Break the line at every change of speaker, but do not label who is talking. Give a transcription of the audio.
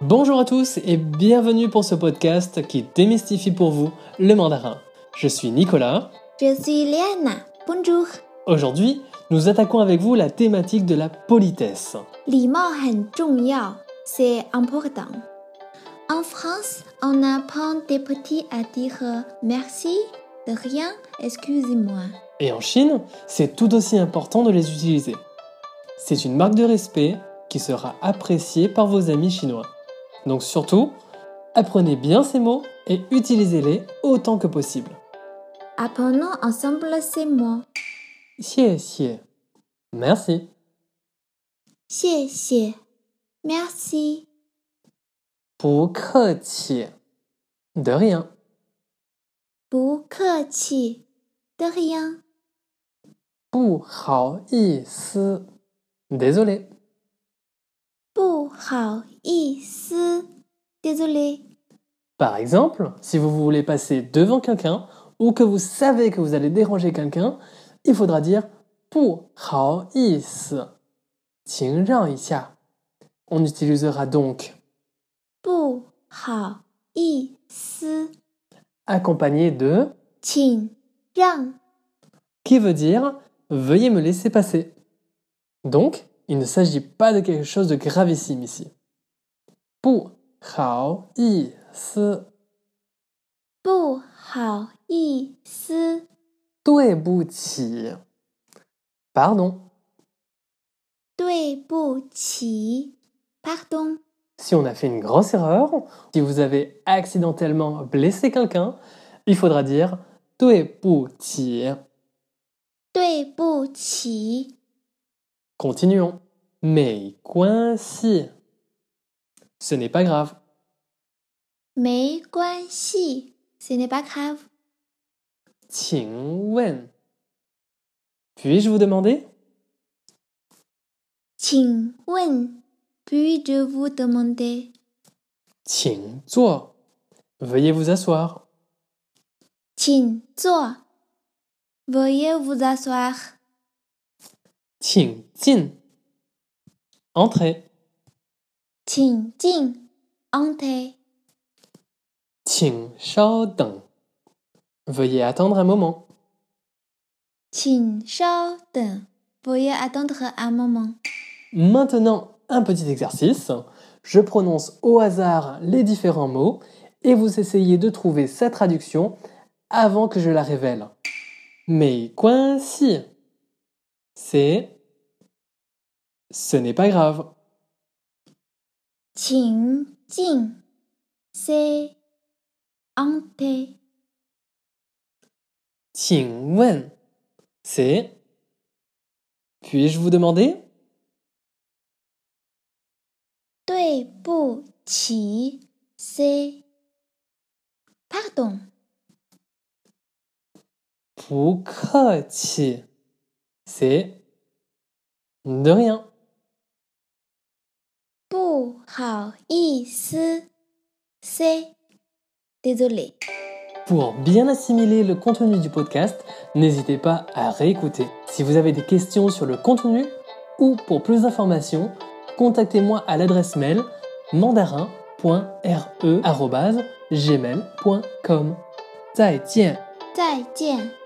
Bonjour à tous et bienvenue pour ce podcast qui démystifie pour vous le mandarin. Je suis Nicolas.
Je suis Liana. Bonjour.
Aujourd'hui, nous attaquons avec vous la thématique de la politesse.
礼貌很重要，c'est important. En France, on apprend des petits à dire merci, de rien, excusez-moi.
Et en Chine, c'est tout aussi important de les utiliser. C'est une marque de respect qui sera appréciée par vos amis chinois. Donc surtout, apprenez bien ces mots et utilisez-les autant que possible.
Apprenons ensemble ces mots.
谢谢 Merci.
谢谢，merci.
不客气 De rien.
不客气，de rien.
不好意思 Désolé.
不好意思，désolé.
Par exemple, si vous voulez passer devant quelqu'un ou que vous savez que vous allez déranger quelqu'un, il faudra dire 不好意思，请让一下。On utilisera donc
不好意思，
accompagné de
请让
qui veut dire veuillez me laisser passer. Donc, il ne s'agit pas de quelque chose de gravissime ici. 不好意思，
不好意思，
对不起，pardon。
对不起，pardon。
Si on a fait une grosse erreur, si vous avez accidentellement blessé quelqu'un, il faudra dire 对不起.
对不起，
Continuons. 没关系. Ce n'est pas grave.
没关系，ce n'est pas grave。
请问. Puis-je vous demander
请问，puis-je vous demander？
请坐. Veuillez vous asseoir.
请坐。Veuillez vous asseoir。
请进. Entrez.
请进。Entrez。
请稍等. Veuillez attendre un moment.
请稍等。Veuillez attendre un moment。
Maintenant, un petit exercice. Je prononce au hasard les différents mots et vous essayez de trouver sa traduction avant que je la révèle. Mais si c'est ce n'est pas grave.
请进。C'est entrez。
请问 c'est puis-je vous demander
对不起，c'est pardon。
不客气 c'est de rien.
不好意思，c'est désolé。
Pour bien assimiler le contenu du podcast, n'hésitez pas à réécouter. Si vous avez des questions sur le contenu ou pour plus d'informations, contactez-moi à l'adresse mail E mandarin.re@gmail.com. 再见。
再见。